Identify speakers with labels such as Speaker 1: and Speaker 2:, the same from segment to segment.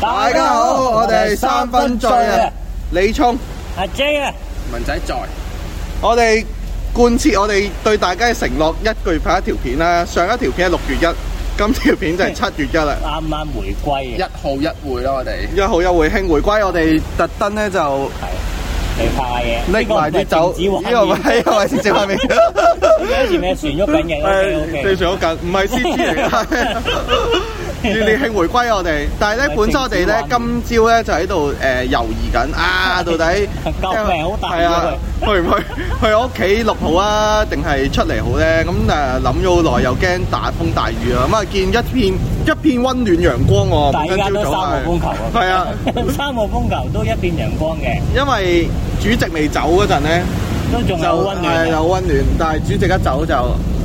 Speaker 1: 大家好，我哋三分醉啊！李聰、
Speaker 2: 阿 J 啊，
Speaker 3: 文仔在，
Speaker 1: 我哋貫徹我哋對大家嘅承諾，一句拍一條片啦。上一條片係六月一，今條片就係七月一啦。
Speaker 2: 啱啱回歸
Speaker 3: 嗯一
Speaker 2: 啊，
Speaker 3: 號一會啦，我哋
Speaker 1: 一號一會慶回歸，我哋特登咧就
Speaker 2: 係你拍下嘢，
Speaker 1: 拎埋啲酒，呢個 咪
Speaker 2: 呢
Speaker 1: 呢個咪先正畫面。
Speaker 2: 個好似咩船喐緊嘅，OK
Speaker 1: 最
Speaker 2: OK，
Speaker 1: 上緊，哎唔係 C G 嚟 嘅，要烈慶回歸我哋。但係咧，本身我哋
Speaker 2: 啊
Speaker 1: 咧今朝咧就喺度誒猶豫緊 啊，到底
Speaker 2: 救命好大
Speaker 1: 係啊，去唔去 去我屋企錄好啊，定係出嚟好咧？咁誒諗咗好耐，又驚大風大雨啊，咁啊見一片一片温暖陽光喎，
Speaker 2: 但係依家都
Speaker 1: 本身
Speaker 2: 三
Speaker 1: 朝早
Speaker 2: 號
Speaker 1: 係
Speaker 2: 風球啊，
Speaker 1: 係啊，，
Speaker 2: 三號風球都一片陽光嘅，
Speaker 1: 因為主席未走嗰陣咧。
Speaker 2: 都仲有温暖
Speaker 1: 係有
Speaker 2: 啊，
Speaker 1: 温暖，但係主席一走就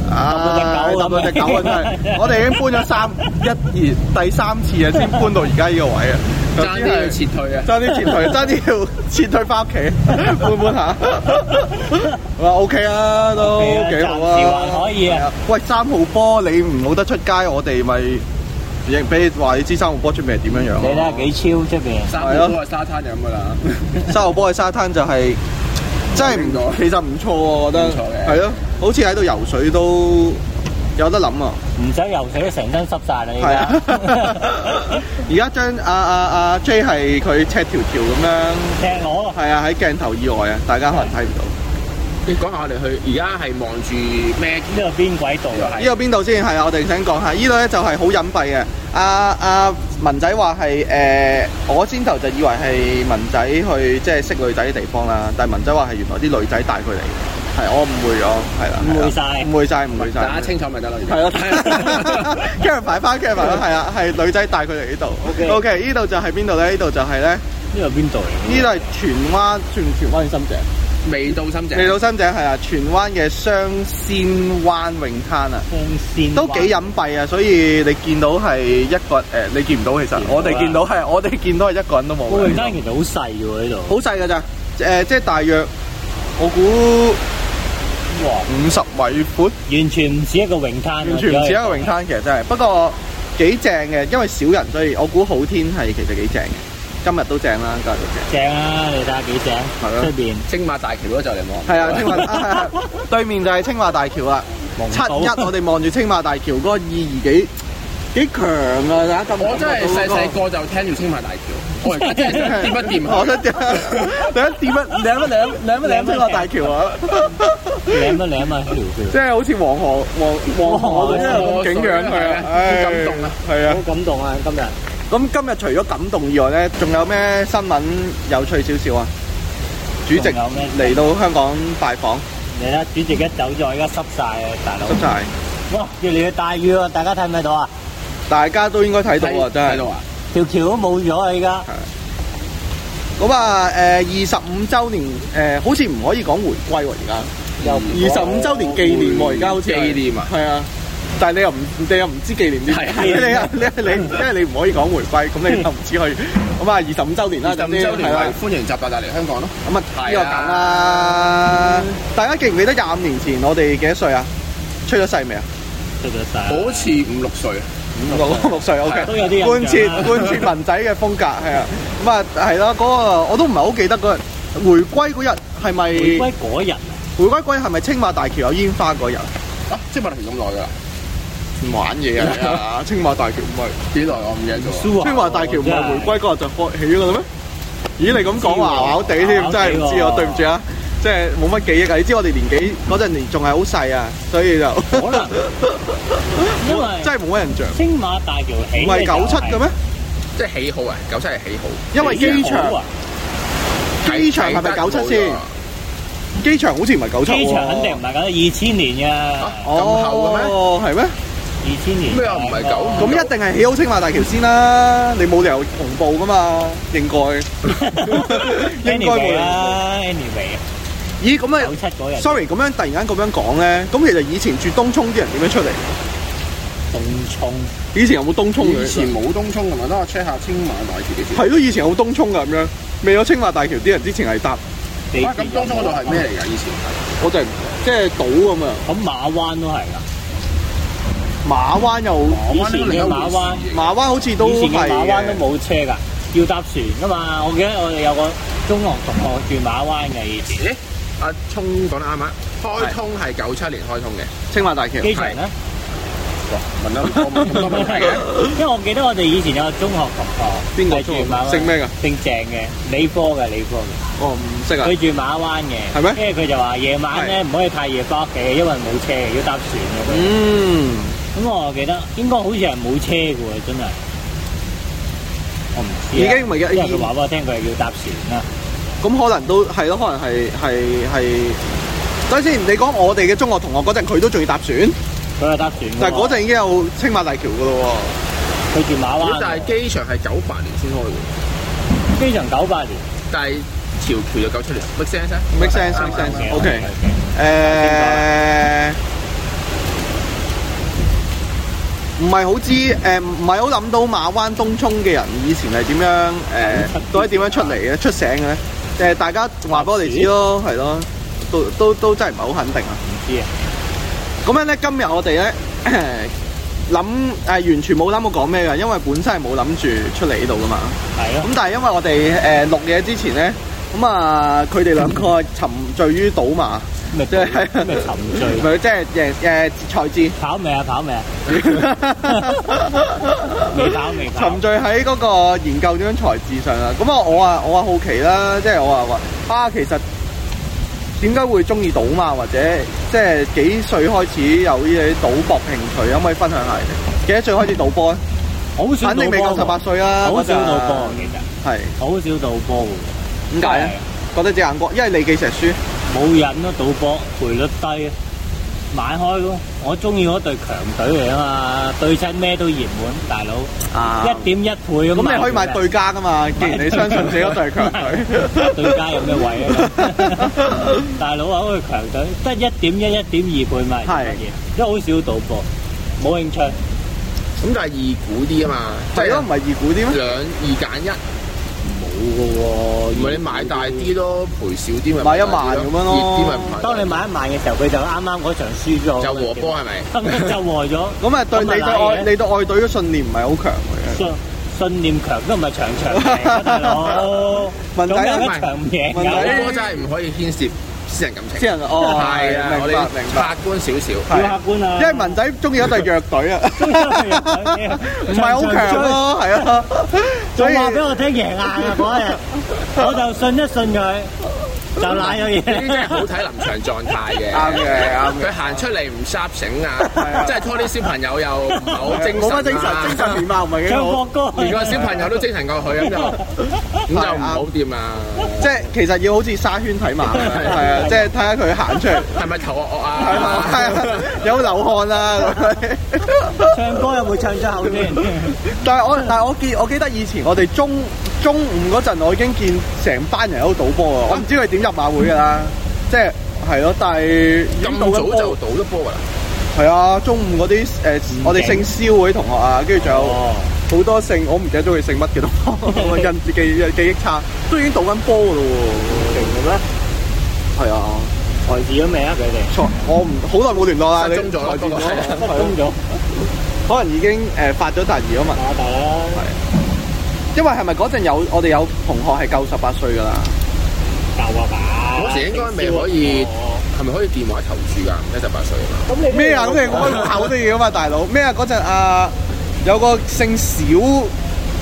Speaker 1: 啊，
Speaker 2: 揼
Speaker 1: 到
Speaker 2: 到
Speaker 1: 隻
Speaker 2: 隻
Speaker 1: 狗
Speaker 2: 狗咁
Speaker 1: 啊
Speaker 2: 樣
Speaker 1: 真 係，我哋已經搬咗三一二第三次啊，先搬到而家呢個位啊，頭
Speaker 3: 爭
Speaker 1: 先
Speaker 3: 啲要
Speaker 1: 係
Speaker 3: 撤退啊！
Speaker 1: 爭啲撤退，爭啲要 撤退翻屋企，搬 搬下，話 OK 啊，都
Speaker 2: OK 啊
Speaker 1: 幾好
Speaker 2: 暫時還
Speaker 1: 啊，
Speaker 2: 可以啊
Speaker 1: 係。喂，三號波你唔好得出街，我哋咪亦俾你話你知三號波出面係點樣樣
Speaker 2: 你睇
Speaker 1: 咯
Speaker 2: 下幾超出邊，
Speaker 3: 三
Speaker 1: 係
Speaker 3: 號
Speaker 1: 咯
Speaker 3: 都係沙灘飲噶啦，
Speaker 1: 沙頭波嘅沙灘就係、真係唔
Speaker 3: 唔錯
Speaker 1: 其實唔錯喎，我覺得
Speaker 3: 唔錯嘅
Speaker 1: 係咯，好似喺度游水都有得諗啊！
Speaker 2: 唔使游水成身濕晒啦，依
Speaker 1: 係啊
Speaker 2: 家。，
Speaker 1: 而家將阿阿阿 J 係佢赤條條咁樣，
Speaker 2: 踢我咯，
Speaker 1: 係啊喺鏡頭以外啊，大家可能睇唔到。
Speaker 3: 你講下我哋去，而家係望住咩？
Speaker 2: 呢度邊軌道 啊？
Speaker 1: 呢個邊度先係啊？我哋想講下，呢度咧就係好隱蔽嘅。阿、阿、文仔話係誒，我先頭就以為係文仔去即係識女仔嘅地方啦，但係文仔話係原來啲女仔帶佢嚟嘅，係我誤會咗，係啦，係
Speaker 2: 誤
Speaker 1: 啦
Speaker 2: 會晒
Speaker 1: 誤會晒，誤會晒，
Speaker 3: 大家清楚咪得咯，而家
Speaker 1: 係咯， 跟住排翻，跟住排翻，係啦，係女仔帶佢嚟呢度。
Speaker 2: OK
Speaker 1: OK，呢度就係邊度咧？呢度就係咧，呢
Speaker 2: 呢度邊度嚟？
Speaker 1: 度係荃灣，算唔荃灣定深井？
Speaker 3: 未到深井，
Speaker 1: 嚟到深井係啊，荃灣嘅雙仙灣泳灘啊，
Speaker 2: 雙線
Speaker 1: 都幾隱蔽啊，所以你見到係一個誒，你見唔到其實
Speaker 2: 見唔，到啦
Speaker 1: 我哋見到係， 我哋見到係一個人都冇
Speaker 2: 個泳灘
Speaker 1: 嘅，
Speaker 2: 其實好細嘅喎，呢度
Speaker 1: 好細㗎咋，誒即係大約我估
Speaker 2: 哇，
Speaker 1: 五十米闊。
Speaker 2: 完全唔似一個泳灘啊，
Speaker 1: 完全唔似一個泳灘，其實真係。不過幾正嘅，因為少人，所以我估好天係其實幾正嘅。今日都正啦，今日都 正。
Speaker 2: 正啊！你睇下幾正，
Speaker 1: 係咯
Speaker 2: 出邊
Speaker 3: 青馬大橋嗰度就嚟望。
Speaker 1: 係啊，青馬 啊係啊對面就係青馬大橋啦。
Speaker 2: 蒙
Speaker 1: 七一
Speaker 2: 島
Speaker 1: 我哋望住青馬大橋嗰個意義幾幾強啊！大家咁
Speaker 3: 我真係細細
Speaker 1: 個。
Speaker 3: 個就聽住青馬大橋，我而家真係想掂一掂啊 佢
Speaker 1: 我都掂，你一掂一兩一兩兩一兩青馬大橋啊！
Speaker 2: 舐一舐啊條橋，
Speaker 1: 即係好似黃河黃黃河咁樣景仰佢啊！唉
Speaker 3: 好感動啊！
Speaker 1: 係啊！
Speaker 2: 好感動啊！今日
Speaker 1: 咁今日除咗感動以外咧，仲有咩新聞有趣少少啊？主席
Speaker 2: 仲有咩
Speaker 1: 嚟到香港拜訪，
Speaker 2: 你睇下主席一走咗，而家濕晒啊，大佬！
Speaker 1: 濕晒，
Speaker 2: 哇，越嚟越大雨喎，大家睇唔睇到啊？
Speaker 1: 大家都應該睇到啊，真
Speaker 3: 睇到
Speaker 1: 係。
Speaker 3: 啊！
Speaker 2: 條橋都冇咗啊！依家
Speaker 1: 咁啊，誒二十五週年，誒、好似唔可以講回歸喎，而
Speaker 2: 又
Speaker 1: 家二十五週年紀念喎，而家好似係
Speaker 3: 紀念啊！
Speaker 1: 係啊。但係你又唔，你又唔知紀念啲
Speaker 3: 係
Speaker 1: 咩？ 你啊，你你，因為你唔可以講回歸，咁你就唔知去。咁啊，二十五週年啦，
Speaker 3: 二十
Speaker 1: 咁
Speaker 3: 五週
Speaker 1: 啲
Speaker 3: 年
Speaker 1: 係啦
Speaker 3: 係。歡迎習大大嚟香港咯，
Speaker 1: 咁啊，呢
Speaker 3: 係啊
Speaker 1: 個梗啦。大家記唔記得廿五年前我哋幾多歲啊？出咗世未啊？
Speaker 2: 出咗晒，
Speaker 3: 好似五六歲，啊
Speaker 1: 五六六歲，OK。
Speaker 2: 都有啲印象
Speaker 1: 貫 徹
Speaker 2: 啊
Speaker 1: 貫徹文仔嘅風格係啊。咁啊，係啦，嗰個我都唔係好記得嗰日回歸嗰日係咪
Speaker 2: 回歸嗰日啊
Speaker 1: 回歸嗰日係咪青馬大橋有煙花嗰日？
Speaker 3: 啊，即係馬大橋咁耐㗎啦，
Speaker 1: 玩嘢
Speaker 3: 啊係！
Speaker 1: 青馬大橋唔係
Speaker 3: 幾耐啊我唔記得咗。
Speaker 2: 蘇華
Speaker 1: 青馬大橋唔
Speaker 2: 真
Speaker 1: 係回歸嗰日就開起㗎啦咩？咦，你咁講
Speaker 2: 唔
Speaker 1: 話
Speaker 2: 知喎
Speaker 1: 咬地添，真係唔知
Speaker 2: 咬
Speaker 1: 啊！
Speaker 2: 地喎
Speaker 1: 對唔住啊，即係冇乜記憶啊！你知我哋年紀嗰陣年仲係好細啊，所以就
Speaker 2: 可 能因為
Speaker 1: 真係冇乜印象。
Speaker 2: 青馬大橋起
Speaker 1: 唔係九七嘅咩？
Speaker 3: 即係喜好啊，九七係喜好。
Speaker 1: 因為機場機場係咪九七先？機場好似唔係九七
Speaker 2: 機場肯定唔係咁，二千年啊，
Speaker 3: 咁厚嘅咩
Speaker 1: 哦，係咩？
Speaker 2: 二千年
Speaker 3: 咩啊唔係九
Speaker 2: Ờ, 哦
Speaker 1: 咁一定係起好青馬大橋先啦，你冇理由同步噶嘛，應該 應該冇
Speaker 2: anyway
Speaker 1: 理
Speaker 2: 啦，anyway
Speaker 1: 由。咦，咁
Speaker 2: 九
Speaker 1: 啊
Speaker 2: 七嗰日
Speaker 1: ，sorry，咁樣突然間咁樣講咧，咁其實以前住東涌啲人點樣出嚟？
Speaker 2: 東涌
Speaker 1: 以前有冇東涌嘅？
Speaker 3: 以前冇東涌㗎嘛，等我 check 下青馬大橋幾時。
Speaker 1: 係咯，以前有東涌㗎咁樣，未有青馬大橋啲人之前係搭，
Speaker 2: 地
Speaker 3: 啊咁東涌嗰度係咩嚟㗎？以前係
Speaker 1: 我就係即係島咁啊，
Speaker 2: 咁馬灣都係㗎，
Speaker 1: 馬灣又
Speaker 2: 以前嘅馬灣
Speaker 3: 馬灣都另
Speaker 1: 馬灣好似都
Speaker 3: 一回事嚟
Speaker 2: 以前嘅
Speaker 1: 係
Speaker 2: 馬灣
Speaker 1: 嘅
Speaker 2: 都冇車㗎，要搭船噶嘛。我記得我哋有個中學同學住馬灣嘅，以前
Speaker 3: 咦？阿聰講得啱啊！開通係九七年開通嘅，
Speaker 1: 青馬大橋。
Speaker 2: 機場啊咧，
Speaker 3: 哇問得咁多問題嘅，
Speaker 2: 因為我記得我哋以前有個中學同學
Speaker 1: 邊個
Speaker 2: 係住
Speaker 1: 中學
Speaker 2: 馬灣，
Speaker 1: 姓咩㗎？
Speaker 2: 姓鄭嘅，理科嘅理科嘅，
Speaker 1: 我唔識啊
Speaker 2: 佢。住馬灣嘅，
Speaker 1: 係
Speaker 2: 跟
Speaker 1: 咩
Speaker 2: 住佢就話夜晚咧唔可以太夜翻屋企，因為冇車，要搭船嘅佢。
Speaker 1: 嗯，
Speaker 2: 咁我記得應該好似係冇車嘅喎，真係。我唔知啊
Speaker 1: 已經唔係嘅
Speaker 2: 因為佢話俾我聽，佢係要搭船啊啦。
Speaker 1: 咁可能都係咯，可能係係係。等陣先，你講我哋嘅中學同學嗰陣，佢都仲要搭船，
Speaker 2: 佢係搭船㗎喎。
Speaker 1: 但係嗰陣已經有青馬大橋噶咯
Speaker 2: 佢住馬
Speaker 3: 咦
Speaker 2: 灣，啊
Speaker 3: 但係機場係九八年先開嘅，
Speaker 2: 機場九八年。
Speaker 3: 但係條橋就九七年，make sense 啊
Speaker 1: 喎，make sense，make
Speaker 3: 啱
Speaker 1: sense。
Speaker 2: 嘅
Speaker 1: OK，誒
Speaker 2: 點，
Speaker 1: 唔係好知誒，唔係好諗到馬灣東涌嘅人以前係點樣誒，到底點樣出嚟嘅、出醒嘅咧？誒，大家話俾我哋知咯，係咯，都都都真係唔係好肯定啊。
Speaker 2: 唔知啊，
Speaker 1: 咁樣咧，今日我哋咧諗誒完全冇諗過講咩㗎，因為本身係冇諗住出嚟呢 度噶嘛。
Speaker 2: 係
Speaker 1: 咁
Speaker 2: 咯，
Speaker 1: 但係因為我哋誒錄嘢之前咧，咁啊佢哋兩個沉醉於賭馬，
Speaker 2: 咩
Speaker 1: 即係
Speaker 2: 咩沉醉。
Speaker 1: 咪即係誒誒 財智
Speaker 2: 跑未啊？跑未啊？未跑未跑
Speaker 1: 沉醉喺嗰個研究點樣財智上啦。咁啊，我啊我啊好奇啦，即係我啊話啊，其實點解會中意賭馬，或者即係幾歲開始有呢啲賭博興趣？可唔可以分享下你哋？幾多歲開始賭波咧？啊
Speaker 2: 好少
Speaker 1: 肯定未夠十八歲啦，
Speaker 2: 好少
Speaker 1: 嗰陣
Speaker 2: 賭波，其實
Speaker 1: 係
Speaker 2: 好少賭波嘅。
Speaker 1: 點解啊咧？覺得隻眼角，因為你記石書。
Speaker 2: 冇癮咯，賭波賠率低啊，買開咯。我中意嗰隊強隊嚟啊嘛，對親咩都熱門，大佬
Speaker 1: 啊
Speaker 2: 一點一倍咁。
Speaker 1: 咁你可以買對家噶嘛？既然你相信自己嗰隊強 隊，
Speaker 2: 對家有咩位啊？大佬啊，嗰隊強隊得一點一、一點二倍買
Speaker 1: 係
Speaker 2: 乜嘢？因為好少賭波，冇興趣。
Speaker 3: 咁但係易估啲啊嘛，
Speaker 1: 係咯，唔係二股啲啊咩？
Speaker 3: 兩二揀一，
Speaker 2: 冇嘅喎，
Speaker 3: 唔係你買大啲咯，賠少啲咪
Speaker 1: 買一萬咁樣咯
Speaker 3: 熱啲咪唔買。
Speaker 2: 當你買一萬嘅時候，佢就啱啱嗰場輸咗，
Speaker 3: 就和波係咪？
Speaker 2: 就和咗。
Speaker 1: 咁啊，對
Speaker 2: 咁
Speaker 1: 你對
Speaker 2: 咪賴
Speaker 1: 愛
Speaker 2: 嘢
Speaker 1: 你對愛隊嘅信念唔係好強嘅。
Speaker 2: 信信念強都唔係場場贏啊，大佬。
Speaker 1: 問題
Speaker 2: 總有
Speaker 1: 咧
Speaker 2: 一場唔贏
Speaker 1: 問題
Speaker 3: 和波
Speaker 2: 㗎，
Speaker 3: 真係唔可以牽涉私人感
Speaker 1: 啲哎
Speaker 3: 情。
Speaker 1: 人哦，
Speaker 3: 係啊，我
Speaker 1: 明白
Speaker 3: 哋
Speaker 1: 明白
Speaker 3: 客。觀少少。
Speaker 1: 係
Speaker 2: 要客觀啊。
Speaker 1: 因為文仔中意一隊弱 隊啊，
Speaker 2: 中意一隊弱隊
Speaker 1: 唔係好 強咯，係啊，所
Speaker 2: 仲
Speaker 1: 以
Speaker 2: 話俾我聽贏硬啊嗰日，我就信一信佢，就賴咗
Speaker 3: 呢啲真係好
Speaker 2: 嘢。
Speaker 3: 睇臨場狀態嘅。
Speaker 1: 啱嘅啱嘅
Speaker 3: 佢行出嚟唔 sharp 醒
Speaker 1: 係啊
Speaker 3: 啊，即係拖啲小朋友又唔係好精神。
Speaker 1: 冇乜精神，精神面。貌唔係幾
Speaker 2: 唱國
Speaker 1: 好。
Speaker 2: 歌，
Speaker 3: 連個小朋友都精神過佢咁就，咁就唔好掂啊！
Speaker 1: 即係其實要好似沙圈睇馬咁樣，係啊，即係睇下佢行出 嚟，
Speaker 3: 係咪頭惡惡
Speaker 1: 係嘛，係啊
Speaker 3: 啊？
Speaker 1: 有流汗啊咁樣。
Speaker 2: 唱歌有冇唱出口先？
Speaker 1: 但係我但係我記我記得以前我哋中中午嗰陣，我已經見成班人喺度賭波啊！我唔知佢點入馬會㗎啦，即係係咯，但係已經
Speaker 3: 咁
Speaker 1: 到
Speaker 3: 早
Speaker 1: 咗波
Speaker 3: 就賭咗波㗎啦！
Speaker 1: 係啊！中午嗰啲誒，我哋姓蕭嗰啲同學啊，跟住仲有
Speaker 2: 哦，
Speaker 1: 好多姓我唔記得咗佢姓乜 嘅咯，我印記記憶差，都已經賭緊波㗎咯
Speaker 2: 勁嘅咩？
Speaker 1: 喎。係啊，
Speaker 2: 台字咗未啊？佢哋
Speaker 1: 錯我唔好耐冇聯絡啦，
Speaker 3: 失蹤咗啦
Speaker 1: 你台前
Speaker 3: 嗰個係
Speaker 2: 失蹤咗，
Speaker 1: 可能已經誒發咗達而嗰文，
Speaker 2: 打大啦，
Speaker 1: 因為係咪嗰陣有我哋有同學係夠十八歲㗎啦？
Speaker 2: 教啊吧。
Speaker 3: 嗰時應該未可以係咪可以電話投注㗎？一十八歲啊嘛，
Speaker 2: 咁你
Speaker 1: 咩啊？咁你開口都要啊嘛，大佬。咩啊？嗰陣啊，有個姓小，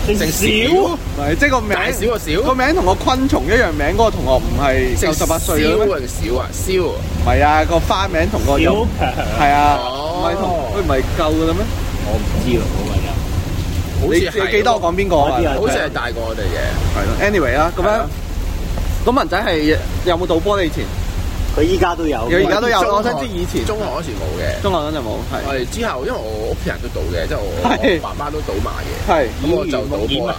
Speaker 2: 成少
Speaker 1: 唔係即係個名
Speaker 3: 大小個小，
Speaker 1: 個名同個昆蟲一樣名嗰個同學唔係夠十八歲嘅咩？
Speaker 3: 小定小啊？小
Speaker 1: 唔係啊，個花名同個
Speaker 2: 小
Speaker 1: 有
Speaker 2: 強，
Speaker 1: 係啊，唔
Speaker 3: 哦
Speaker 1: 係同佢唔係夠嘅啦咩？
Speaker 2: 我唔知喎，我問你。
Speaker 3: 好
Speaker 1: 你
Speaker 3: 似
Speaker 1: 你
Speaker 3: 係
Speaker 1: 記得我講邊個啊？
Speaker 2: 我知啊
Speaker 3: 好似係大過我哋嘅，
Speaker 1: 係咯，anyway 啦，咁
Speaker 3: 係
Speaker 1: 樣
Speaker 3: 啊。
Speaker 1: 咁文仔係有冇賭波咧？以前
Speaker 2: 佢依家都有，
Speaker 1: 有而家都有，
Speaker 3: 中學
Speaker 1: 我想知以前
Speaker 3: 中學嗰時冇嘅。
Speaker 1: 中學嗰陣冇，
Speaker 3: 我
Speaker 1: 係
Speaker 3: 哋之後因為我屋企人都賭嘅，即係
Speaker 1: 係
Speaker 3: 我爸爸都賭埋嘅，
Speaker 1: 係
Speaker 3: 咁我就賭波啦。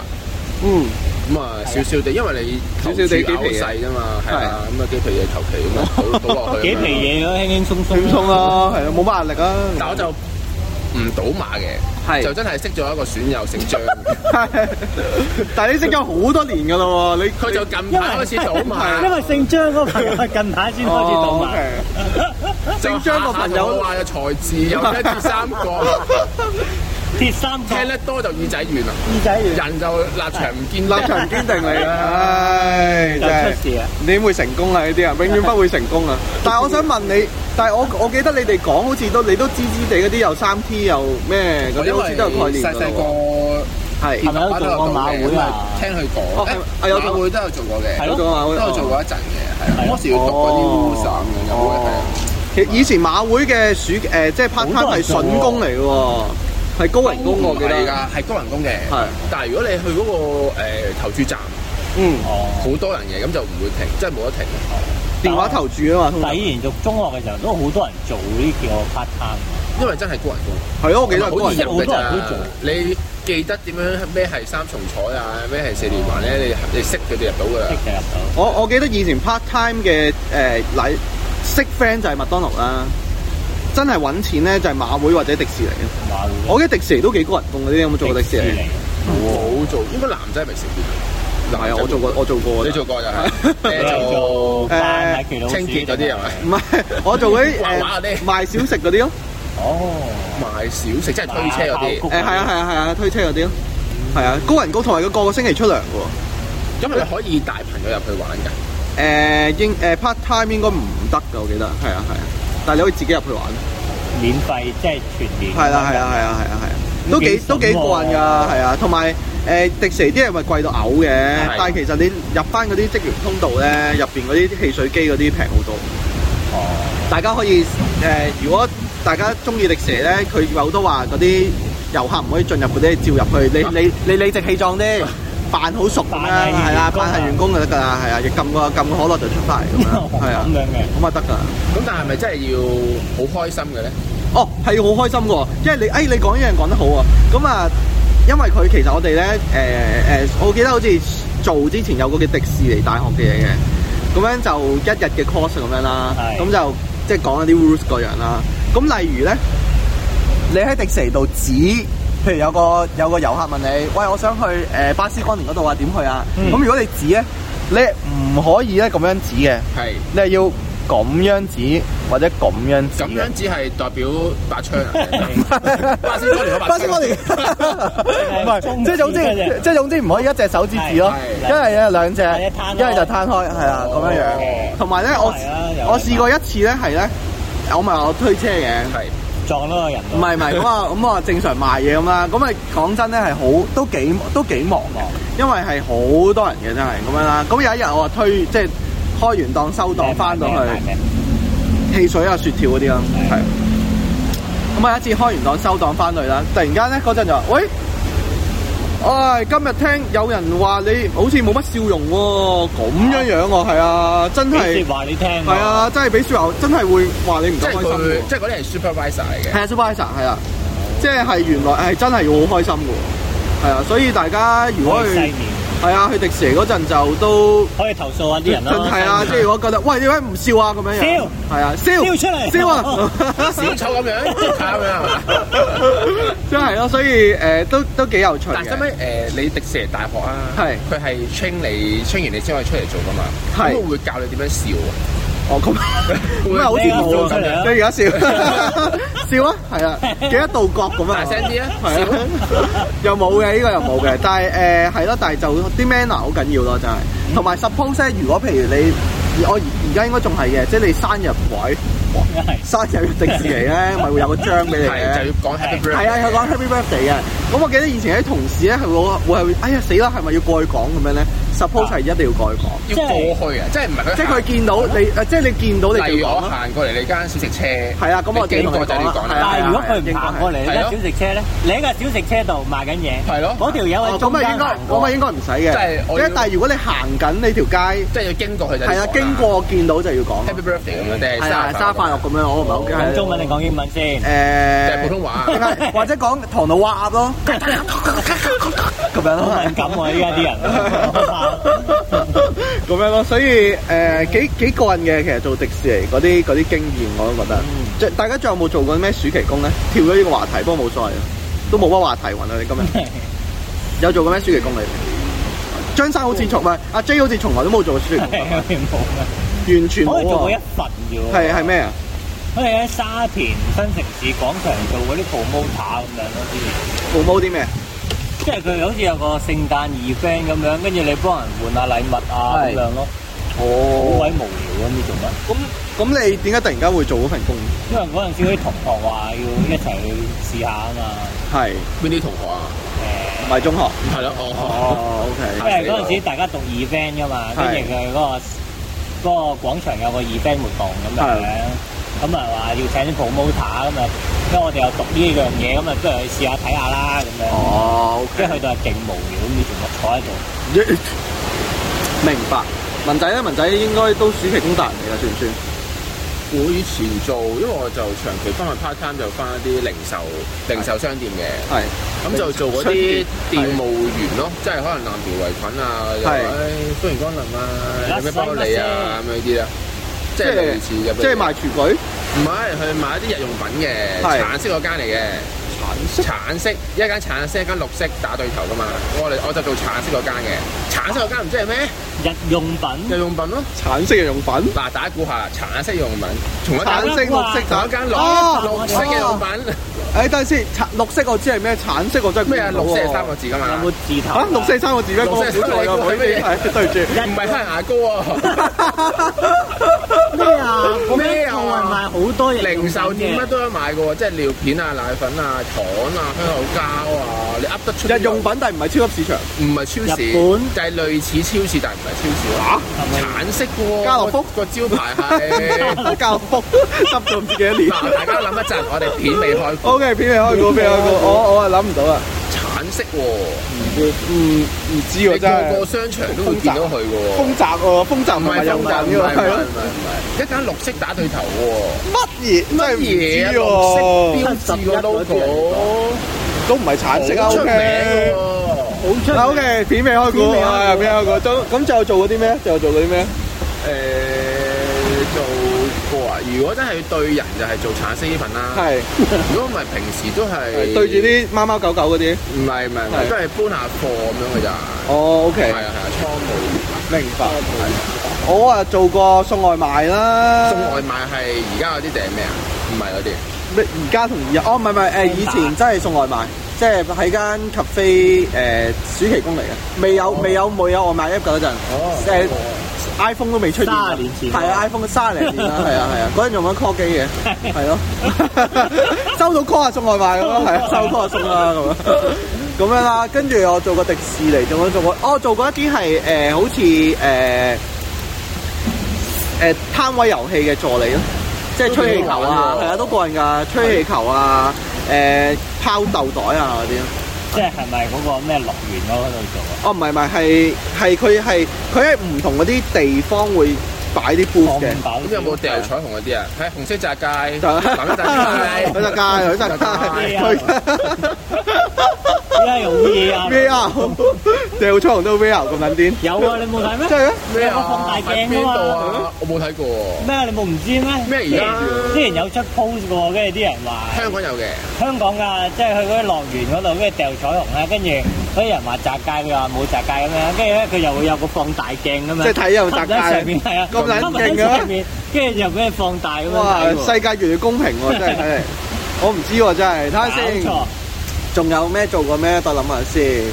Speaker 1: 嗯
Speaker 3: 咁啊，少少地，因為你投注
Speaker 1: 少少地幾皮
Speaker 3: 牛
Speaker 1: 嘢
Speaker 3: 細啫嘛，係啊，咁啊幾皮嘢求其 咁啊倒倒落去。
Speaker 2: 幾皮。嘢咯，輕輕鬆鬆。
Speaker 1: 輕鬆啦，係啊，冇乜壓力啊。
Speaker 3: 但我就唔賭馬嘅，
Speaker 1: 係
Speaker 3: 就真係識咗一個損友姓張，
Speaker 1: 但係你識咗好多年㗎啦喎，你
Speaker 3: 佢就近排開始賭 馬，
Speaker 2: 因為姓張嗰個朋友係近排先開始賭馬，
Speaker 1: 哦，OK 姓張個朋友
Speaker 3: 就下下同我話嘅才智有一至三個，
Speaker 2: 鐵三角
Speaker 3: 聽得多就耳仔軟啦，
Speaker 2: 耳仔完
Speaker 3: 人就立場唔堅
Speaker 1: 立
Speaker 3: 定。
Speaker 1: 場堅定嚟啊！唉，真係
Speaker 2: 就出事啊！
Speaker 1: 你會成功啦呢啲人，永遠不會成功啊！但係我想問你，但係我我記得你哋講好似都你都知知地嗰啲又三 T 又咩嗰
Speaker 3: 因
Speaker 1: 啲，好似
Speaker 3: 為
Speaker 1: 都有概念
Speaker 3: 細
Speaker 1: 㗎喎
Speaker 3: 細
Speaker 1: 係
Speaker 3: 個
Speaker 2: 係咪有做過馬會啊
Speaker 3: 聽佢
Speaker 1: 哦
Speaker 3: 講，
Speaker 1: 係咪
Speaker 3: 誒
Speaker 1: 啊有做
Speaker 3: 馬會都有做過嘅，
Speaker 2: 係
Speaker 1: 有
Speaker 2: 咯
Speaker 1: 做馬
Speaker 3: 都
Speaker 1: 會
Speaker 3: 有做
Speaker 1: 哦
Speaker 3: 過一陣嘅，係啊
Speaker 2: 係啊
Speaker 3: 嗰時要讀嗰啲 rules 咁樣有嘅，係啊
Speaker 1: 哦。其實以前馬會嘅暑誒即係
Speaker 2: 好
Speaker 1: part time
Speaker 2: 多
Speaker 1: 係
Speaker 2: 人做
Speaker 1: 筍
Speaker 2: 喎
Speaker 1: 工嚟嘅喎，係高人工我記
Speaker 3: 係
Speaker 1: 得。
Speaker 3: 㗎，係高人工嘅。
Speaker 1: 係
Speaker 3: 但係如果你去嗰、個、呃、投注站，
Speaker 1: 嗯，
Speaker 2: 哦，
Speaker 3: 好多人嘅，咁就唔會停，即係冇得停。
Speaker 1: 電話投注啊嘛，通
Speaker 2: 但係
Speaker 1: 常
Speaker 2: 以前讀中學嘅時候都好多人做呢叫 part time，
Speaker 3: 因為真係高人工，
Speaker 1: 係咯，我記得係高
Speaker 3: 好易
Speaker 1: 人
Speaker 2: 人
Speaker 1: 工
Speaker 2: 工
Speaker 3: 入㗎
Speaker 2: 好多
Speaker 3: 咋
Speaker 2: 人都做。
Speaker 3: 你記得點樣咩係三重彩啊，咩係四連環咧？你你識佢哋入到
Speaker 1: 啊
Speaker 3: 㗎啦
Speaker 2: 即。係入到。
Speaker 1: 我我記得以前 part time 嘅誒禮識 friend 就係麥當勞啦，真係揾錢咧就係馬會或者迪士尼嘅。
Speaker 2: 馬會
Speaker 1: 我記得迪士尼都幾高人工嘅，你有冇做過迪士尼？啊
Speaker 3: 冇做，應該男仔咪少啲。
Speaker 1: 係啊，我做過，我做過。，
Speaker 3: 你做？過就係你
Speaker 2: 你
Speaker 3: 做
Speaker 2: 做扮下奇老鼠
Speaker 3: 清潔嗰啲係咪？
Speaker 1: 唔係， 我做嗰啲
Speaker 3: 畫
Speaker 1: 誒
Speaker 3: 畫嗰啲
Speaker 1: 賣小食嗰啲咯。
Speaker 2: 哦，
Speaker 3: 賣小食，即係推車
Speaker 2: 賣
Speaker 3: 嗰
Speaker 2: 爆
Speaker 3: 啲
Speaker 2: 谷。
Speaker 1: 誒係啊係啊係啊，推車嗰啲咯。係啊，高人工同埋佢個個星期出糧嘅喎。
Speaker 3: 咁你可以帶朋友入去玩㗎。
Speaker 1: 誒呃應誒 part time 應該唔得嘅，我記得。係啊係啊，但係你可以自己入去玩。
Speaker 2: 免費即係全年。
Speaker 1: 係啦係啦係啦係啦係啦，都幾
Speaker 2: 幾
Speaker 1: 都幾
Speaker 2: 筍喎
Speaker 1: 過癮㗎，係啊，同埋誒迪士尼啲嘢咪貴到嘔嘅，
Speaker 3: 係
Speaker 1: 但係其實你入翻嗰啲職員通道咧，入邊嗰啲汽水機嗰啲平好多。
Speaker 2: 哦，
Speaker 1: 大家可以誒、呃如果大家中意迪士尼咧，佢有好多話嗰啲遊客唔可以進入嗰啲，照入去，你你你理直氣 壯啲，扮好熟咁樣，
Speaker 2: 扮係員工啊
Speaker 1: 係啦，扮係員工就得㗎啦，係啊，要撳個撳個可樂就出翻嚟咁樣， 係啊
Speaker 2: 咁，樣嘅。
Speaker 1: 咁啊得㗎啦。
Speaker 3: 咁但係咪真係要好開心嘅咧？
Speaker 1: 哦，係好開心嘅喎，因為你誒、哎、你講一樣講得好啊，咁啊，因為佢其實我哋咧誒誒，我記得好似做之前有個叫迪士尼大學嘅嘢嘅，咁樣就一日嘅 course 咁樣啦，
Speaker 2: 係
Speaker 1: 咁就即係講一啲 rules 嗰樣啦。咁例如咧，你喺迪士尼度指，譬如有個有個遊客問你，喂，我想去誒、呃巴斯光年嗰度啊，點去啊？
Speaker 2: 嗯
Speaker 1: 咁、如果你指咧，你唔可以咧咁樣指嘅，
Speaker 3: 係。
Speaker 1: 你係要咁樣指或者咁樣指
Speaker 3: 咁
Speaker 1: 嘅
Speaker 3: 樣只係代表把槍啊！巴斯光年嗰把槍
Speaker 1: 巴斯光年， 唔係，即係總之，即係總之唔可以一隻手指指咯，
Speaker 3: 係
Speaker 1: 一係有兩隻，
Speaker 2: 係攤開
Speaker 1: 一係就攤開，係啦咁樣樣。
Speaker 2: 哦
Speaker 1: 同埋咧，我
Speaker 2: 係啊有
Speaker 1: 我試過一次咧，係咧，我咪話我推車嘅。
Speaker 3: 係
Speaker 2: 撞到個人咯。
Speaker 1: 唔係唔係，咁啊咁啊正常賣嘢咁啦，咁啊講真咧係好都幾都幾忙嘅
Speaker 2: 忙，
Speaker 1: 因為係好多人嘅真係咁樣啦。咁有一日我話推即係開完檔收檔翻到去。汽水啊、雪條嗰啲啦，係。咁啊，有一次開完檔收檔翻嚟啦，突然間咧嗰陣就話：喂，唉，今日聽有人話你好似冇乜笑容喎、咁樣樣喎、係啊，真
Speaker 2: 係
Speaker 1: 係
Speaker 2: 話你聽喎。
Speaker 1: 係啊，真係俾雪友真係會話你唔
Speaker 3: 即
Speaker 1: 得
Speaker 3: 係
Speaker 1: 開心嘅
Speaker 3: 佢，
Speaker 1: 喎。
Speaker 3: 即係嗰啲係 supervisor 嚟嘅。
Speaker 1: 係啊，supervisor 係啊，即係原來係真係要好開心嘅喎，係啊，所以大家如果
Speaker 2: 可以細
Speaker 1: 去
Speaker 2: 面，
Speaker 1: 係啊去迪士尼嗰陣就都。
Speaker 2: 可以投訴下啲人咯。
Speaker 1: 係啊，即係如果覺得喂點解唔笑啊咁樣樣，
Speaker 2: 笑
Speaker 1: 係啊，笑
Speaker 2: 笑出嚟
Speaker 1: 笑 啊，
Speaker 3: 小丑咁樣，咁樣係嘛？
Speaker 1: 真係咯，所以誒、呃都都幾有趣
Speaker 3: 但係收
Speaker 1: 嘅。
Speaker 3: 尾誒，你迪士尼大學啊，
Speaker 1: 係
Speaker 3: 佢係 train 你 train 完你先可以出嚟做噶嘛，
Speaker 1: 係
Speaker 3: 咁佢會教你點樣笑啊，
Speaker 1: 哦咁，咁啊好似冇
Speaker 2: 你
Speaker 1: 啊，
Speaker 2: 啊
Speaker 1: 你而家笑 笑啊，係 啊，幾多道角咁啊？
Speaker 3: 大聲啲啊
Speaker 1: 係啊，又冇嘅呢個又冇嘅，但係誒係咯，但係就啲 manner 好緊要咯，真係。同埋 suppose 呢如果譬如你我而而家應該仲係嘅，即係你生日 位，哇
Speaker 2: 係
Speaker 1: 生日迪士尼咧，咪會有個章俾你嘅
Speaker 3: 係。就要講 happy
Speaker 1: 啊係啊，
Speaker 3: birthday。
Speaker 1: 有講 Happy Birthday 嘅。咁我記得以前有啲同事咧係會會係會，哎呀死啦，係咪要過去講咁樣咧？Suppose
Speaker 3: 啊
Speaker 1: 係一定要過去講，
Speaker 3: 要過去啊！即係唔係佢
Speaker 1: 即係佢
Speaker 3: 行？
Speaker 1: 見到你，呃誒即係你見到你
Speaker 3: 啊例
Speaker 1: 就
Speaker 3: 如
Speaker 1: 講
Speaker 3: 我
Speaker 1: 啦。
Speaker 3: 行過嚟你間小食車，
Speaker 1: 係啊咁我
Speaker 3: 你經過就要講
Speaker 1: 係啊
Speaker 3: 啦。
Speaker 2: 但係如果佢唔行過嚟
Speaker 3: 係
Speaker 2: 呢
Speaker 3: 啊
Speaker 2: 間小食車咧，你喺個小食車度賣緊嘢，
Speaker 3: 係咯
Speaker 2: 嗰條友喺
Speaker 1: 哦咁
Speaker 2: 中
Speaker 1: 啊應
Speaker 2: 間
Speaker 1: 該
Speaker 2: 行，
Speaker 1: 咁
Speaker 2: 過
Speaker 1: 啊，應該唔使
Speaker 3: 即係我
Speaker 1: 嘅。
Speaker 3: 要
Speaker 1: 即但係如果你行緊呢條街，
Speaker 3: 即係要經過佢就
Speaker 1: 係啊，經過見到就要講。
Speaker 3: Happy birthday 咁樣，定係
Speaker 1: 係啊，沙發
Speaker 3: 飯
Speaker 1: 肉咁樣，我唔係好
Speaker 2: 用
Speaker 1: 記
Speaker 2: 中文定講英文先？
Speaker 3: 定
Speaker 1: 誒
Speaker 3: 係普通話？
Speaker 1: 或者講唐老鴨 咯，咁樣咯。
Speaker 2: 好敏感喎，依家 啲人。
Speaker 1: 咁樣咯，所以誒、呃、幾幾過癮嘅，其實做迪士尼嗰啲嗰啲經驗我都覺得。即係大家仲有冇做過咩暑期工咧？跳咗呢個話題，不過冇所謂，都冇乜話題揾啊！你 今日有做過咩暑期工你哋？張生好似從唔係阿 J 好似從來都冇做過暑期工，
Speaker 2: 係冇啊
Speaker 1: 完全
Speaker 2: 我哋做過
Speaker 1: 冇
Speaker 2: 一
Speaker 1: 啊！
Speaker 2: 份啫喎。
Speaker 1: 係係咩啊？
Speaker 2: 我哋喺沙田新城市廣場做嗰啲 promoter 咁樣咯，之前。
Speaker 1: 做冇啲咩？
Speaker 2: 即係佢好似有個聖誕 event 咁樣，跟住你幫人換下禮物啊咁
Speaker 1: 係
Speaker 2: 樣咯，好
Speaker 1: 哦
Speaker 2: 鬼無聊啊！唔知做乜？
Speaker 1: 咁咁你點解突然間會做嗰份工？
Speaker 2: 因為嗰陣時啲同學話要一齊去試下啊嘛，
Speaker 1: 係
Speaker 3: 邊啲同學啊？
Speaker 1: 唔係中學？
Speaker 3: 係咯，哦，
Speaker 1: 哦
Speaker 2: 誒，因
Speaker 1: ，OK，
Speaker 2: 為嗰陣時大家讀 event 噶嘛，跟住佢嗰個嗰個廣場有個 event 活動咁樣
Speaker 1: 係，
Speaker 2: 咁啊話要請啲 promoter 咁啊，因為我哋又讀呢樣嘢，咁啊不如去試下睇下啦咁樣。
Speaker 1: 哦
Speaker 2: 跟住
Speaker 1: ，OK，
Speaker 2: 去到係勁無聊，咁你仲坐喺度，
Speaker 1: 明白。文仔咧，文仔應該都暑期工達人嚟啦，算唔算？
Speaker 3: 我以前做，因為我就長期翻去 part time 就翻一啲零售零售商店嘅。
Speaker 1: 係
Speaker 3: 咁就做嗰啲店務員咯，即係可能藍條圍裙啊，又話
Speaker 1: 係
Speaker 3: 唉歡迎光臨啊，有咩幫到你啊咁樣啲啦，即係
Speaker 1: 即係
Speaker 3: 類似入
Speaker 1: 即係賣廚具，
Speaker 3: 唔係去買一啲日用品嘅，
Speaker 1: 係
Speaker 3: 橙色嗰間嚟嘅，
Speaker 1: 橙
Speaker 3: 橙色一間橙色一間綠色打對頭噶嘛，我哋我就做橙色嗰間嘅，橙色嗰間唔知係咩
Speaker 2: 日用品
Speaker 3: 日用品咯，
Speaker 1: 橙色嘅用品，
Speaker 3: 嗱大家估下橙色日用品，同一
Speaker 1: 橙
Speaker 3: 間
Speaker 1: 色、綠色、
Speaker 3: 同一
Speaker 1: 橙
Speaker 3: 間
Speaker 1: 哦
Speaker 3: 綠綠色嘅日用
Speaker 1: 哦
Speaker 3: 品，
Speaker 1: 誒，等陣先，橙綠色我知係咩，橙色我真係
Speaker 3: 咩啊
Speaker 1: 估唔到
Speaker 3: 綠色係
Speaker 1: 喎
Speaker 3: 三個字噶嘛，
Speaker 1: 啊
Speaker 2: 有冇字頭
Speaker 1: 嚇，綠色係三個字咩？我
Speaker 3: 綠色係
Speaker 1: 估
Speaker 3: 三
Speaker 1: 錯
Speaker 3: 個字
Speaker 1: 咗，唔好意 思，係對唔住。
Speaker 3: 唔係黑人牙膏 啊。
Speaker 2: 咩啊？我
Speaker 3: 咩
Speaker 2: 咩
Speaker 3: 啊
Speaker 2: 啊？我賣好多嘢，
Speaker 3: 零售 店乜都有得買嘅喎，即係尿片啊、奶粉啊、糖啊、香口膠啊，你噏得出呢個
Speaker 1: 日用品，但係唔係超級市場。
Speaker 3: 唔係超市，
Speaker 2: 日本
Speaker 3: 就係類似超市，但係唔係超市咯。橙色嘅喎，
Speaker 1: 家樂福
Speaker 3: 個招牌 係。
Speaker 1: 教福執咗唔知幾多 年。
Speaker 3: 嗱，大家諗一陣，我哋片未開過
Speaker 1: O K，片未開估，片 未開估，我我係諗唔到啊，
Speaker 3: 橙色喎，
Speaker 1: 唔唔知
Speaker 3: 你
Speaker 1: 喎真
Speaker 3: 個
Speaker 1: 係。
Speaker 3: 個商場都會見到佢嘅喎。
Speaker 1: 豐澤喎，豐澤
Speaker 3: 唔
Speaker 1: 唔
Speaker 3: 係
Speaker 1: 係
Speaker 3: 風
Speaker 1: 人
Speaker 3: 唔係
Speaker 1: 民
Speaker 3: 唔
Speaker 1: 喎，
Speaker 3: 係
Speaker 1: 係咯。
Speaker 3: 唔係唔係，一間綠色打對頭喎，
Speaker 1: 乜嘢？真係
Speaker 3: 乜
Speaker 1: 唔
Speaker 3: 嘢啊
Speaker 1: 知
Speaker 3: 綠
Speaker 1: 喎，
Speaker 3: 色標誌個 logo，
Speaker 1: 都唔係橙色啊。
Speaker 3: 好
Speaker 1: O
Speaker 3: 出名
Speaker 1: K，
Speaker 3: 喎。
Speaker 2: 好出
Speaker 1: 嗱 O K，片未開估，
Speaker 2: 片未開估
Speaker 1: 啊片未開估。咁咁最後做嗰啲咩？最後做嗰啲咩？
Speaker 3: 誒、做過啊！如果真係對人就係做橙色呢份啦。
Speaker 1: 係
Speaker 3: 如果唔係平時都係
Speaker 1: 係對住啲貓貓狗狗嗰啲。
Speaker 3: 唔係唔係唔
Speaker 1: 係
Speaker 3: 係都係搬下貨咁樣嘅咋。
Speaker 1: 哦，O
Speaker 3: 係
Speaker 1: K，
Speaker 3: 啊係啊，倉務員
Speaker 1: 明白。我啊做過送外賣啦，
Speaker 3: 送外賣係而家嗰啲定係咩啊？唔係嗰啲，
Speaker 1: 咩而家同而家哦，唔係唔係誒，以前真係送外賣，即係喺間 cafe 誒暑期工嚟嘅，未
Speaker 2: 哦
Speaker 1: 有未有未有外賣 app 嗰陣，誒 iPhone 都未出現，
Speaker 2: 30年前
Speaker 1: 係啊 iPhone 三零 年啦，係啊係啊，嗰陣用緊 call 機嘅，係咯，收到 call 啊送外賣咁咯， 係啊收 call 啊送啦咁樣，咁樣啦，跟住我做過迪士尼，仲有做過，哦做過一啲係誒好似誒誒攤位遊戲嘅助理咯。即係吹氣球啊，係啊，都過癮㗎，吹氣球啊，誒、拋豆袋啊嗰啲咯。
Speaker 2: 即係係咪嗰個咩樂園嗰度做啊？
Speaker 1: 哦，唔係唔係，係係佢係佢喺唔同嗰啲地方會擺啲 booth 嘅。
Speaker 2: 放
Speaker 3: 咁有冇掉彩虹嗰啲啊？喺紅色炸街，
Speaker 1: 就
Speaker 3: 藍色 炸街，
Speaker 1: 佢就街，佢 就街，佢
Speaker 2: 依家用嘢啊？
Speaker 1: V R 掉彩虹都 V R 咁撚癲，
Speaker 2: 有啊，你冇睇咩
Speaker 1: 真？係咩？
Speaker 3: 咩
Speaker 2: 有個放
Speaker 3: 啊？
Speaker 2: 大
Speaker 3: 喺
Speaker 2: 鏡
Speaker 3: 邊
Speaker 2: 㗎嘛
Speaker 3: 度啊？我冇睇過喎，
Speaker 2: 咩？你冇唔知咩？
Speaker 3: 咩而家
Speaker 2: 之前有出 post 過喎，跟住啲人話
Speaker 3: 香港有嘅，
Speaker 2: 香港㗎，即係去嗰啲樂園嗰度，跟住掉彩虹啦，跟住嗰啲人話擲街，佢話冇擲街咁樣，跟住咧佢又會有個放大鏡咁樣，
Speaker 1: 即係睇又擲
Speaker 2: 喺
Speaker 1: 街
Speaker 2: 上面係啊，
Speaker 1: 咁撚
Speaker 2: 喺
Speaker 1: 勁嘅
Speaker 2: 上面，跟住就俾佢放大咁樣
Speaker 1: 哇！
Speaker 2: 睇喎
Speaker 1: 世界越嚟越公平喎，真係睇嚟。我唔知喎，真係睇下先。
Speaker 2: 搞錯
Speaker 1: 仲有咩做過咩？等我諗下先。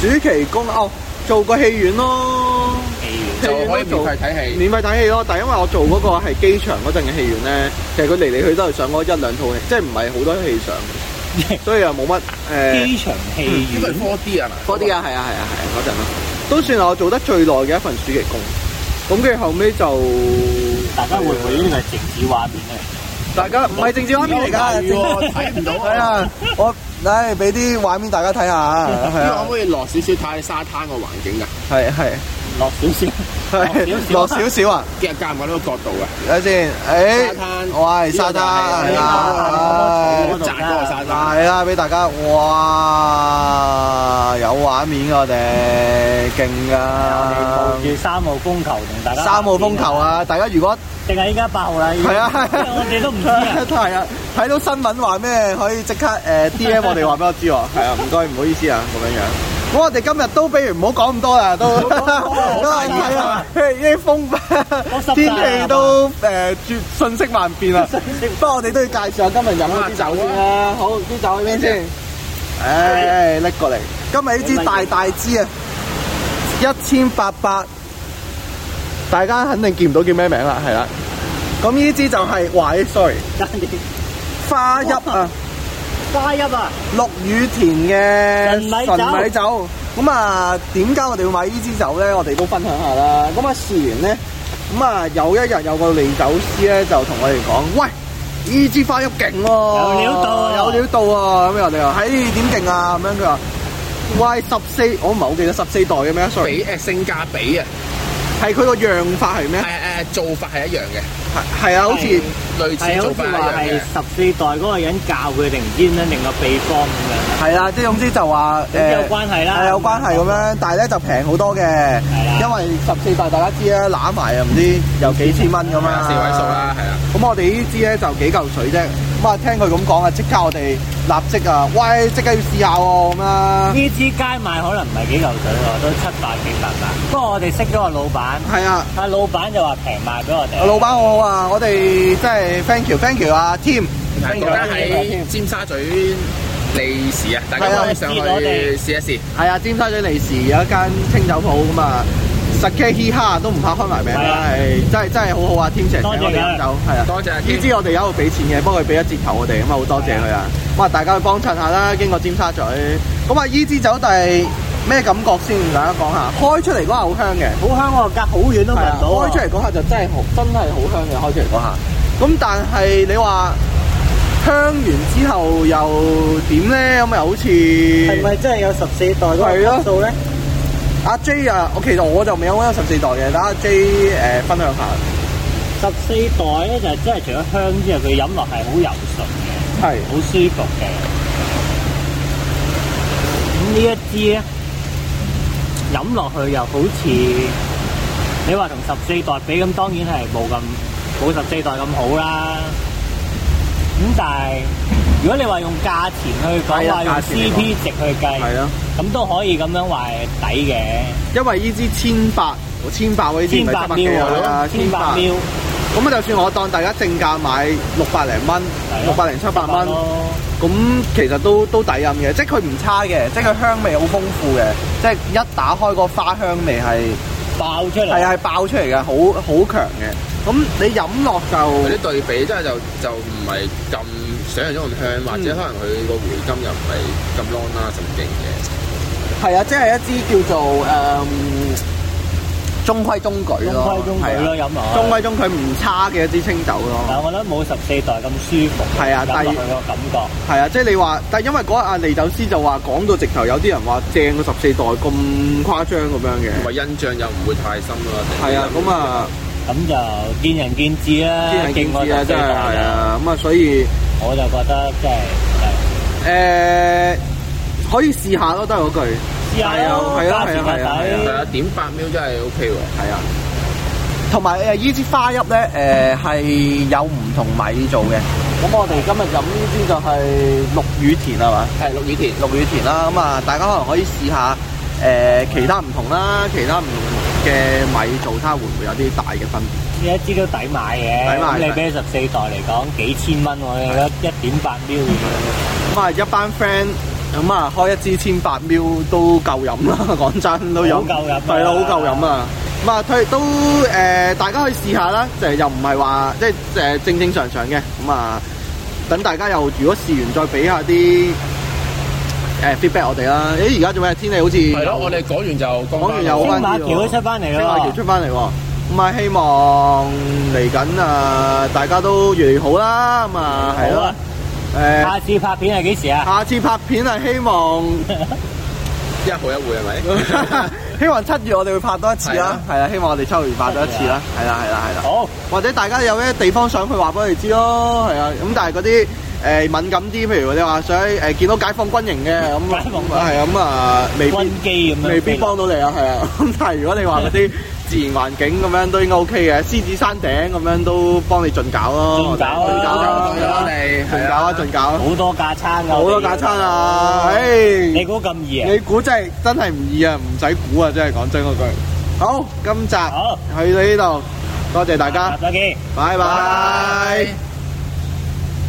Speaker 1: 暑期工哦，做過戲院咯，
Speaker 2: 哎
Speaker 3: 就可以免費睇戲。
Speaker 1: 免費睇戲咯。但係因為我做嗰個係機場嗰陣嘅戲院咧，其實佢嚟嚟去都係上嗰一兩套戲，即係唔係好多戲 上，所以又冇乜
Speaker 2: 呀
Speaker 1: 誒
Speaker 2: 機場戲
Speaker 3: 呢個係
Speaker 2: 院
Speaker 3: 4D 啊嘛，
Speaker 1: 嗰啲啊，係啊係啊係啊嗰陣咯，都算係我做得最耐嘅一份暑期工。咁跟住後尾就
Speaker 2: 大家會唔會呢個係靜止畫面咧？
Speaker 1: 大家唔係政治畫面嚟㗎，
Speaker 3: 我睇唔到
Speaker 1: 係啊，我唉俾啲畫面大家睇下，係
Speaker 3: 呢個可
Speaker 1: 啊
Speaker 3: 唔，可以落少少睇下沙灘個環境㗎？
Speaker 1: 係係
Speaker 2: 落少少，
Speaker 1: 係落
Speaker 2: 落
Speaker 1: 少
Speaker 2: 少
Speaker 1: 少啊！
Speaker 3: 夾夾唔夾到個角度啊？
Speaker 1: 睇下先，誒，
Speaker 3: 沙灘
Speaker 1: 我係沙灘，
Speaker 3: 呢個
Speaker 2: 呢個
Speaker 1: 係啦
Speaker 3: 就係我，
Speaker 2: 就係
Speaker 3: 賺嗰個沙灘，
Speaker 1: 係啦，俾大家，哇，有畫面㗎我哋，勁
Speaker 2: 我哋
Speaker 1: 噶
Speaker 2: 抱，住三號風球同大家
Speaker 1: 三號風球啊！大家如果
Speaker 2: 定係依家八號啦？已經
Speaker 1: 係啊係啊
Speaker 2: 因為我哋都唔知 啊。
Speaker 1: 係啊，睇到新聞話咩，可以即刻誒 D M 我哋話俾我知喎，係啊，唔該，唔好意思啊，咁樣樣，咁我哋今日都不如唔好講咁多啦，都都係
Speaker 2: 太熱
Speaker 1: 啊
Speaker 2: 啦，
Speaker 1: 啲
Speaker 2: 我濕
Speaker 1: 風
Speaker 2: 晒
Speaker 1: 天氣都誒轉瞬息萬變啦。
Speaker 2: 息
Speaker 1: 不過我哋都要介紹下今日飲嗰支酒先啦。好，啲酒喺邊先？唉，拎過嚟。今日呢支大大支啊，一千八百，大家肯定見唔到叫咩名啦，係啦。咁呢支就係、喂，sorry，
Speaker 2: 爭啲
Speaker 1: 花邑
Speaker 2: 哦
Speaker 1: 啊。
Speaker 2: 加一啊！
Speaker 1: 陸羽田嘅
Speaker 2: 純米酒
Speaker 1: 純米酒。咁啊，點解我哋要買呢支酒咧？我哋都分享下啦。咁啊，試完咧，咁啊，有一日有個利酒師咧就同我哋講：，喂，呢支花邑勁
Speaker 2: 有
Speaker 1: 喎，
Speaker 2: 料到啊
Speaker 1: 有料到啊！咁我哋話：，喺點勁啊？咁樣佢話：，喂，十四，我唔係好記得十四代嘅咩？sorry，
Speaker 3: 比誒性價比啊，
Speaker 1: 係佢個釀法係咩
Speaker 3: 誒？誒做法係一樣嘅，
Speaker 1: 係係啊，啊好似
Speaker 2: 係
Speaker 3: 類
Speaker 2: 係
Speaker 3: 似
Speaker 2: 好
Speaker 3: 做
Speaker 2: 似
Speaker 3: 法
Speaker 2: 話
Speaker 3: 係
Speaker 2: 係
Speaker 3: 一樣嘅。
Speaker 2: 十四代嗰個人教佢定唔知點樣定個秘方咁樣，
Speaker 1: 係啦，即係總之就話
Speaker 2: 總之有
Speaker 1: 誒
Speaker 2: 關係啦。
Speaker 1: 係有關係咁樣，但係咧就平好多嘅，
Speaker 2: 啦
Speaker 1: 因為十四大大家知啦，揦埋又唔知有幾千蚊咁
Speaker 3: 係啊
Speaker 1: 啊，
Speaker 3: 四位數。啦，係啊，
Speaker 1: 咁我哋呢支咧就幾嚿水啫，咁啊聽佢咁講啊，即刻我哋立即啊，喂，即刻要試下喎咁啦，
Speaker 2: 呢支街賣可能唔係幾嚿水喎，都七百幾百萬。不過我哋識咗個老闆，
Speaker 1: 係啊。
Speaker 2: 阿老闆就話平賣俾我哋。
Speaker 1: 老闆好好啊！我哋真係 thank you thank you 啊 Tim，
Speaker 3: 但係嗰間喺尖沙咀利時啊，大家可以上去
Speaker 2: 係啊我哋
Speaker 3: 試一試。
Speaker 1: 係啊，尖沙咀利時有一間清酒鋪咁啊，實 K 嘻哈都唔怕開埋名
Speaker 2: 係
Speaker 1: 啦
Speaker 2: 啊，
Speaker 1: 係真係真係好好啊！Tim 成日請
Speaker 2: 多謝
Speaker 1: 我哋飲
Speaker 2: 佢
Speaker 1: 酒，係啊。
Speaker 3: 多謝阿
Speaker 1: 呢
Speaker 3: Kim
Speaker 1: 支我哋有度俾錢嘅，不過佢俾咗折頭我哋，咁啊好多謝佢啊！咁啊，大家去幫襯下啦，經過尖沙咀。咁啊，依支酒第咩感覺先？同大家講下，開出嚟嗰下好香嘅，
Speaker 2: 好香喎，隔好遠都聞
Speaker 1: 係啊，
Speaker 2: 到啊。
Speaker 1: 開出嚟嗰下就真係好，真係好香嘅，開出嚟嗰下。咁但係你話香完之後又點咧？咁又好
Speaker 2: 係
Speaker 1: 似
Speaker 2: 咪真係有十四代
Speaker 1: 係
Speaker 2: 嗰
Speaker 1: 咯
Speaker 2: 個級數咧？
Speaker 1: 阿 J 啊，我其實我就未有嗰十四代嘅，等阿 J 誒、分享下。
Speaker 2: 十四代咧就真係除咗香之外，佢飲落係好柔順嘅。
Speaker 1: 係
Speaker 2: 好舒服嘅。咁呢一支咧，飲落去又好似你話同十四代比，咁當然係冇咁冇十四代咁好啦。咁但係如果你話用價錢去
Speaker 1: 係
Speaker 2: 講
Speaker 1: 啊
Speaker 2: 話用
Speaker 1: 價錢嚟講
Speaker 2: CP 值去計，
Speaker 1: 係啊，
Speaker 2: 咁都可以咁樣話係抵嘅。
Speaker 1: 因為呢支千八，千八喎，呢支
Speaker 2: 千
Speaker 1: 唔係
Speaker 2: 八
Speaker 1: 七百幾
Speaker 2: 秒
Speaker 1: 啊，
Speaker 2: 千八秒
Speaker 1: 咁啊就算我當大家正價買六百零蚊，
Speaker 2: 啊
Speaker 1: 六百零七百蚊，
Speaker 2: 咯。
Speaker 1: 咁其實都都抵飲嘅，即係佢唔差嘅，即係佢香味好豐富嘅，即係一打開個花香味係
Speaker 2: 爆出嚟
Speaker 1: 係啊係爆出嚟嘅，好好強嘅。咁你飲落
Speaker 3: 佢啲
Speaker 1: 就
Speaker 3: 對比真係就就唔係咁想象中咁香，或者可能佢個回甘又唔係咁 long 啦，咁勁嘅。
Speaker 1: 係啊，即係一支叫做誒、嗯中規中矩
Speaker 2: 中
Speaker 1: 咯，
Speaker 2: 規中矩
Speaker 1: 係
Speaker 2: 咯，
Speaker 1: 啊，
Speaker 2: 飲落去
Speaker 1: 中規中矩唔差嘅一支清酒咯。
Speaker 2: 但係我覺得冇十四代咁舒服，
Speaker 1: 係啊
Speaker 2: 飲落
Speaker 1: 但
Speaker 2: 去個感覺。
Speaker 1: 係啊，即係你話，但係因為嗰日阿利酒師就話講到直頭，有啲人話正過十四代咁誇張咁樣嘅。
Speaker 3: 同埋印象又唔會太深啦。
Speaker 1: 係啊，咁啊，
Speaker 2: 咁就見仁見智啦，
Speaker 1: 見仁見智啊，
Speaker 2: 勁過十四
Speaker 1: 真係
Speaker 2: 代
Speaker 1: 係
Speaker 2: 啦。
Speaker 1: 啊，咁啊，所以
Speaker 2: 我就覺得即係
Speaker 1: 誒、可以試下咯，都係嗰句。
Speaker 2: 試下咯，
Speaker 1: 係
Speaker 2: 價
Speaker 1: 啊係啊
Speaker 2: 錢又
Speaker 1: 係啊係啊
Speaker 3: 係
Speaker 2: 抵
Speaker 3: 啊，點八 mil 真係 OK 喎。
Speaker 1: 係啊。同埋誒，依支花邑咧誒係有唔同米做嘅。咁我哋今日飲呢支就係陸羽田啊係嘛？
Speaker 3: 係陸羽田
Speaker 1: 陸羽田啦，咁啊，大家可能可以試下誒、其他唔同啦，其他唔同嘅米做，睇下會唔會有啲大嘅分別。
Speaker 2: 呢一支都抵買嘅。
Speaker 1: 抵買
Speaker 2: 咁你俾十四代嚟講幾千蚊喎，而家一點八 mil 咁
Speaker 1: 咁啊，一班 friend 咁啊，開一支千八 ml 都夠飲啦， 講真都飲，
Speaker 2: 好夠飲啊
Speaker 1: 係啦，好夠飲啊！咁啊，佢都誒、大家去試下啦，就係又唔係話即係誒正正常常嘅，咁啊，等大家又如果試完再俾下啲誒 feedback 我哋啦。咦，而家做咩？天氣好似
Speaker 3: 係咯，我哋講完就講
Speaker 1: 講完又
Speaker 2: 樣。
Speaker 1: 好
Speaker 2: 星
Speaker 1: 返啲
Speaker 2: 馬橋都出翻嚟
Speaker 1: 喎聽話
Speaker 2: 咯
Speaker 1: 條，出翻嚟喎。咁啊，希望嚟緊啊，大家都越嚟越好啦。咁啊，係
Speaker 2: 好
Speaker 1: 咯
Speaker 2: 啊，。
Speaker 1: 誒、
Speaker 2: 下次拍片係幾時啊？
Speaker 1: 下次拍片係希望。
Speaker 3: 一號一會係咪？
Speaker 1: 希望七月我哋會拍多一次啦，係啦，希望我哋秋月拍多一次啦，係啦，係啦，係啦。
Speaker 2: 好，
Speaker 1: 或者大家有咩地方想去話俾我哋知咯，係啊。咁但係嗰啲誒敏感啲，譬如你話想誒見到解放軍營嘅咁啊，
Speaker 2: 解放軍
Speaker 1: 係啊咁啊，未
Speaker 2: 軍
Speaker 1: 必
Speaker 2: 機咁樣，
Speaker 1: 未必幫到你啊， 係啊。咁但係如果你話嗰啲自然環境咁樣都應該 OK 嘅，獅子山頂咁樣都幫你盡搞咯，
Speaker 2: 盡搞啊
Speaker 1: 盡搞盡搞
Speaker 3: 盡搞
Speaker 1: 我哋盡搞啊，盡搞啊，
Speaker 2: 好多架撐㗎
Speaker 1: 好多架撐啊！唉。
Speaker 2: 你估咁易啊？
Speaker 1: 你估真係真係唔易啊，唔使估啊，真係講真嗰句。好，今集
Speaker 2: 好
Speaker 1: 去到呢度，多謝大家，
Speaker 2: 再見。
Speaker 1: 拜拜。
Speaker 3: 拜拜